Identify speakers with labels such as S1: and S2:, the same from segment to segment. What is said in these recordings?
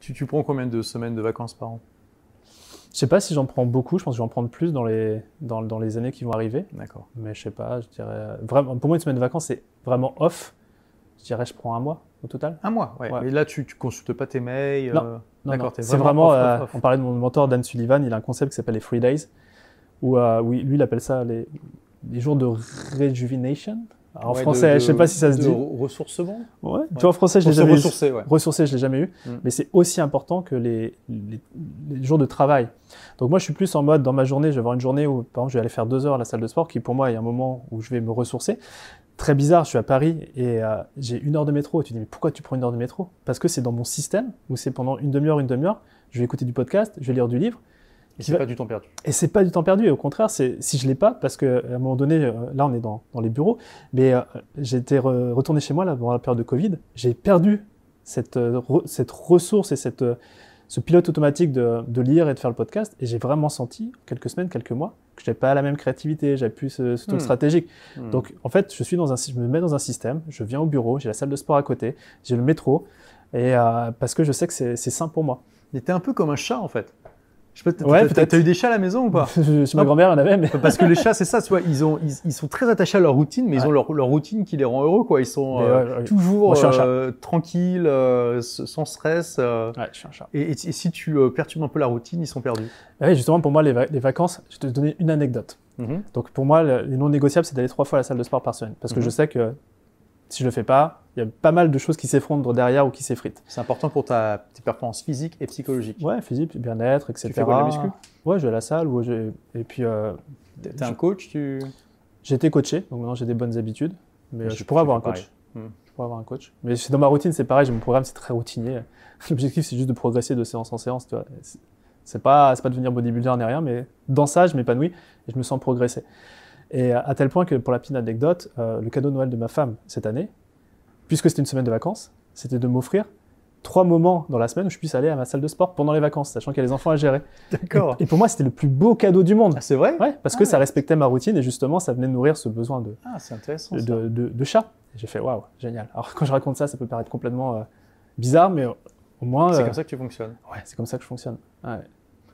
S1: Tu, tu prends combien de semaines de vacances par an
S2: Je sais pas si j'en prends beaucoup, je pense que je vais en prendre plus dans les, dans, dans les années qui vont arriver.
S1: D'accord.
S2: Mais je sais pas, je dirais. Vraiment, pour moi, une semaine de vacances, c'est vraiment off. Je dirais, je prends un mois au total.
S1: Un mois, ouais.
S2: Ouais.
S1: Mais là, tu, tu consultes pas tes mails.
S2: Non.
S1: euh,
S2: Non,
S1: D'accord,
S2: non,
S1: t'es
S2: c'est
S1: vraiment
S2: vraiment.
S1: off, off,
S2: euh,
S1: off.
S2: On parlait de mon mentor Dan Sullivan, il a un concept qui s'appelle les Free Days, où, euh, oui, lui, il appelle ça les, les jours de rejuvenation. Alors, en
S1: ouais, de-
S2: français,
S1: de-
S2: je sais pas si ça se
S1: de
S2: dit.
S1: re- ressourcement
S2: Ouais. Tu vois, en français, je l'ai
S1: Pour se
S2: jamais eu.
S1: ressourcer, ouais.
S2: Ressourcer, je l'ai jamais eu.
S1: Mm.
S2: Mais c'est aussi important que les, les- les jours de travail. Donc moi, je suis plus en mode, dans ma journée, je vais avoir une journée où, par exemple, je vais aller faire deux heures à la salle de sport, qui pour moi est un moment où je vais me ressourcer. Très bizarre, je suis à Paris et euh, j'ai une heure de métro. Et tu dis, mais pourquoi tu prends une heure de métro Parce que c'est dans mon système, où c'est pendant une demi-heure, une demi-heure, je vais écouter du podcast, je vais lire du livre.
S1: Et
S2: qui
S1: c'est
S2: va-
S1: pas du temps perdu.
S2: et c'est pas du temps perdu, et au contraire, c'est si je l'ai pas, parce que à un moment donné, euh, là on est dans, dans les bureaux, mais euh, j'étais re- retourné chez moi là pendant la période de Covid, j'ai perdu cette, euh, re- cette ressource et cette, euh, ce pilote automatique de, de lire et de faire le podcast, et j'ai vraiment senti, quelques semaines, quelques mois, que j'avais pas la même créativité, j'avais plus euh, ce, ce
S1: Hmm.
S2: truc stratégique.
S1: Hmm.
S2: Donc en fait, je, suis dans un, sy- je me mets dans un système, je viens au bureau, j'ai la salle de sport à côté, j'ai le métro, et euh, parce que je sais que c'est c'est sain pour moi.
S1: Mais t'es un peu comme un chat, en fait. Je sais pas, t'as-
S2: Ouais,
S1: t'as- t'as
S2: peut-être.
S1: eu des chats à la maison ou pas
S2: Chez ma
S1: Hop.
S2: grand-mère, il y en avait, mais...
S1: Parce que les chats, c'est ça, tu vois, ils, ont, ils, ils sont très attachés à leur routine, mais ils
S2: Ouais.
S1: ont leur, leur routine qui les rend heureux, quoi. Ils sont
S2: mais
S1: euh,
S2: ouais, ouais,
S1: toujours
S2: Moi, je suis un chat.
S1: euh, tranquilles, euh, s- sans stress. euh,
S2: ouais, je suis un chat.
S1: et, et- et si tu euh, perturbes un peu la routine, ils sont perdus.
S2: Ah Oui, justement, pour moi, les, va- les vacances, je vais te donner une anecdote.
S1: Mm-hmm.
S2: Donc, pour moi, le- les non négociables, c'est d'aller trois fois à la salle de sport par semaine. Parce que
S1: Mhm.
S2: je sais que si je le fais pas, il y a pas mal de choses qui s'effondrent derrière ou qui s'effritent.
S1: C'est important pour ta, tes performances physiques et psychologiques.
S2: Ouais, physique, bien-être, etc.
S1: Tu fais quoi de la muscu
S2: Ouais, je vais à la salle. ou je- Et puis, euh,
S1: T'es t'es un coach, tu.
S2: j'ai été coaché, donc maintenant j'ai des bonnes habitudes. Mais euh,
S1: Je-
S2: je, pourrais
S1: je
S2: avoir un
S1: fais
S2: coach.
S1: pareil. Mhm.
S2: Je pourrais avoir un coach. Mais c'est dans ma routine, c'est pareil, j'ai mon programme, c'est très routinier. L'objectif, c'est juste de progresser de séance en séance. Tu vois. C'est- C'est pas, c'est pas devenir bodybuilder ni rien, mais dans ça, je m'épanouis et je me sens progresser. Et euh, à à tel point que, pour la petite anecdote, euh, le cadeau de Noël de ma femme cette année, puisque c'était une semaine de vacances, c'était de m'offrir trois moments dans la semaine où je puisse aller à ma salle de sport pendant les vacances, sachant qu'il y a les enfants à gérer.
S1: D'accord.
S2: Et pour moi, c'était le plus beau cadeau du monde.
S1: Ah, c'est vrai
S2: Ouais, parce
S1: Ah ouais.
S2: que ça respectait ma routine et justement, ça venait nourrir ce besoin de,
S1: Ah, c'est intéressant. ça.
S2: de, de, de chat. Et J'ai fait waouh, génial. Alors quand je raconte ça, ça peut paraître complètement euh, bizarre, mais euh, au moins.
S1: C'est
S2: euh,
S1: comme ça que tu fonctionnes.
S2: ouais, c'est comme ça que je fonctionne. Ouais.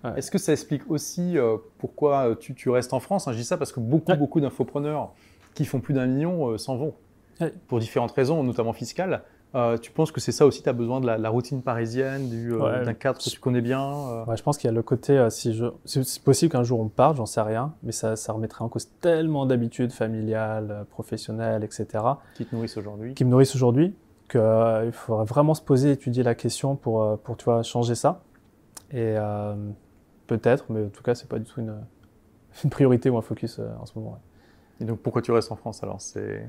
S2: Ouais.
S1: Est-ce que ça explique aussi euh, pourquoi euh, tu, tu restes en France hein Je dis ça parce que beaucoup,
S2: Ouais.
S1: beaucoup d'infopreneurs qui font plus d'un million euh, s'en vont
S2: Ouais.
S1: pour différentes raisons, notamment fiscales. Euh, tu penses que c'est ça aussi, tu as besoin de la, la routine parisienne, du, euh,
S2: Ouais.
S1: d'un cadre que tu connais bien euh,
S2: Ouais, je pense qu'il y a le côté, euh, si je, c'est c'est possible qu'un jour on parte, j'en sais rien, mais ça, ça remettrait en cause tellement d'habitudes familiales, euh, professionnelles, etc.
S1: qui te nourrissent aujourd'hui
S2: qui me nourrissent aujourd'hui, qu'il faudra vraiment se poser, étudier la question pour, euh, pour tu vois, changer ça. Et euh, peut-être, mais en tout cas, c'est pas du tout une, une priorité ou un focus euh, en ce moment. ouais.
S1: Et donc pourquoi tu restes en France alors c'est...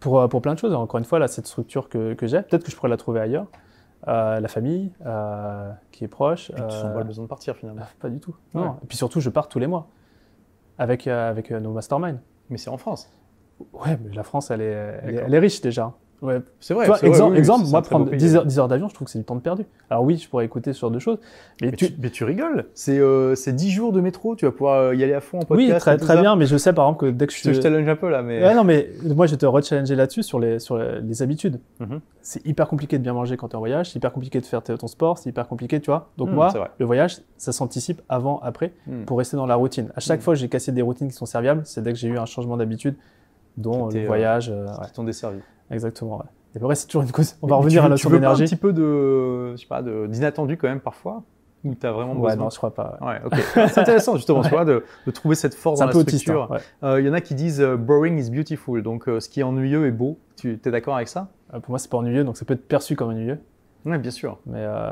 S2: Pour, euh, pour plein de choses, encore une fois, là, cette structure que, que j'ai, peut-être que je pourrais la trouver ailleurs. Euh, la famille euh, qui est proche.
S1: Et tu sens
S2: euh,
S1: pas le besoin de partir finalement.
S2: bah, pas du tout.
S1: Ouais.
S2: Non. Et puis surtout, je pars tous les mois avec, euh, avec euh, nos masterminds.
S1: Mais c'est en France.
S2: Ouais, mais la France, elle est, elle est,
S1: D'accord.
S2: elle est riche déjà. Ouais,
S1: C'est vrai.
S2: tu vois,
S1: c'est vrai,
S2: exemple,
S1: oui, oui,
S2: exemple,
S1: c'est
S2: moi,
S1: un très beau
S2: prendre
S1: pays.
S2: 10 heures, 10 heures d'avion, je trouve que c'est du temps de perdu. Alors oui, je pourrais écouter ce genre de choses, mais,
S1: Mais
S2: tu...
S1: tu, mais tu rigoles, c'est, euh, c'est 10 jours de métro, tu vas pouvoir euh, y aller à fond en
S2: Oui,
S1: podcast. et
S2: très,
S1: tout
S2: très
S1: ça.
S2: bien, mais je sais par exemple que dès que je
S1: Je
S2: suis...
S1: te challenge un peu là, mais...
S2: Ouais, non, mais moi, je vais te rechallenger là-dessus sur les, sur les, les habitudes.
S1: Mhm.
S2: C'est hyper compliqué de bien manger quand tu es en voyage, c'est hyper compliqué de faire t- ton sport, c'est hyper compliqué, tu vois. Donc
S1: Hmm,
S2: moi,
S1: c'est vrai.
S2: le voyage, ça s'anticipe avant, après,
S1: Hmm.
S2: pour rester dans la routine. À chaque
S1: Hmm.
S2: fois que j'ai cassé des routines qui sont serviables, c'est dès que j'ai eu un changement d'habitude, dont
S1: C'était,
S2: le
S1: euh,
S2: voyage. euh,
S1: Qui
S2: ouais,
S1: t'ont desservi.
S2: exactement, ouais. Et après, c'est toujours une cause... On
S1: Mais
S2: va revenir
S1: tu,
S2: à la
S1: tu
S2: notion
S1: veux pas un
S2: d'énergie.
S1: petit peu de, je sais pas, de- d'inattendu quand même parfois Ou t'as vraiment
S2: Ouais,
S1: besoin
S2: non, je crois pas. ouais.
S1: Ouais, ok. C'est intéressant justement, tu
S2: Ouais.
S1: vois, de, de trouver cette force dans
S2: C'est
S1: la
S2: un peu autiste.
S1: structure.
S2: hein, ouais.
S1: Euh, Il y en a qui disent euh, boring is beautiful, donc euh, ce qui est ennuyeux est beau. Tu es d'accord avec ça
S2: Euh, Pour moi, c'est pas ennuyeux, donc ça peut être perçu comme ennuyeux.
S1: Oui, bien sûr.
S2: Mais euh,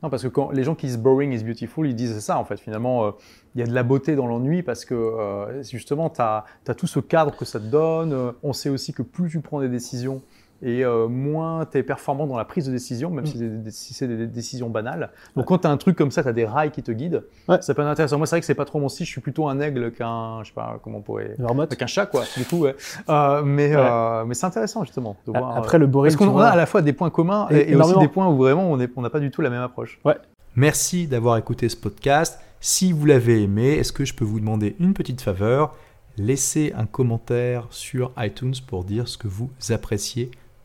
S1: Non, parce que quand les gens qui disent boring is beautiful, ils disent c'est ça en fait. Finalement, euh, il y a de la beauté dans l'ennui parce que euh, justement, tu as, tout ce cadre que ça te donne. Euh, On sait aussi que plus tu prends des décisions et euh, moins tu es performant dans la prise de décision, même
S2: Mm.
S1: si c'est des, si c'est des décisions banales. Donc quand tu as un truc comme ça, tu as des rails qui te guident.
S2: Ouais.
S1: Ça peut être intéressant. Moi, c'est vrai que c'est pas trop mon style. Je suis plutôt un aigle qu'un, je sais pas comment on pourrait.
S2: leur mode.
S1: Qu'un chat, quoi, du coup, ouais. Euh, mais
S2: Ouais.
S1: euh, mais c'est intéressant, justement, de voir. euh,
S2: Après le boring,
S1: parce qu'on
S2: tu
S1: on
S2: vois,
S1: a à la fois des points communs
S2: Et-
S1: et, et aussi
S2: énormément.
S1: des points où vraiment on est- on n'a pas du tout la même approche.
S3: Merci d'avoir écouté ce podcast. Si vous l'avez aimé, est-ce que je peux vous demander une petite faveur Laissez un commentaire sur iTunes pour dire ce que vous appréciez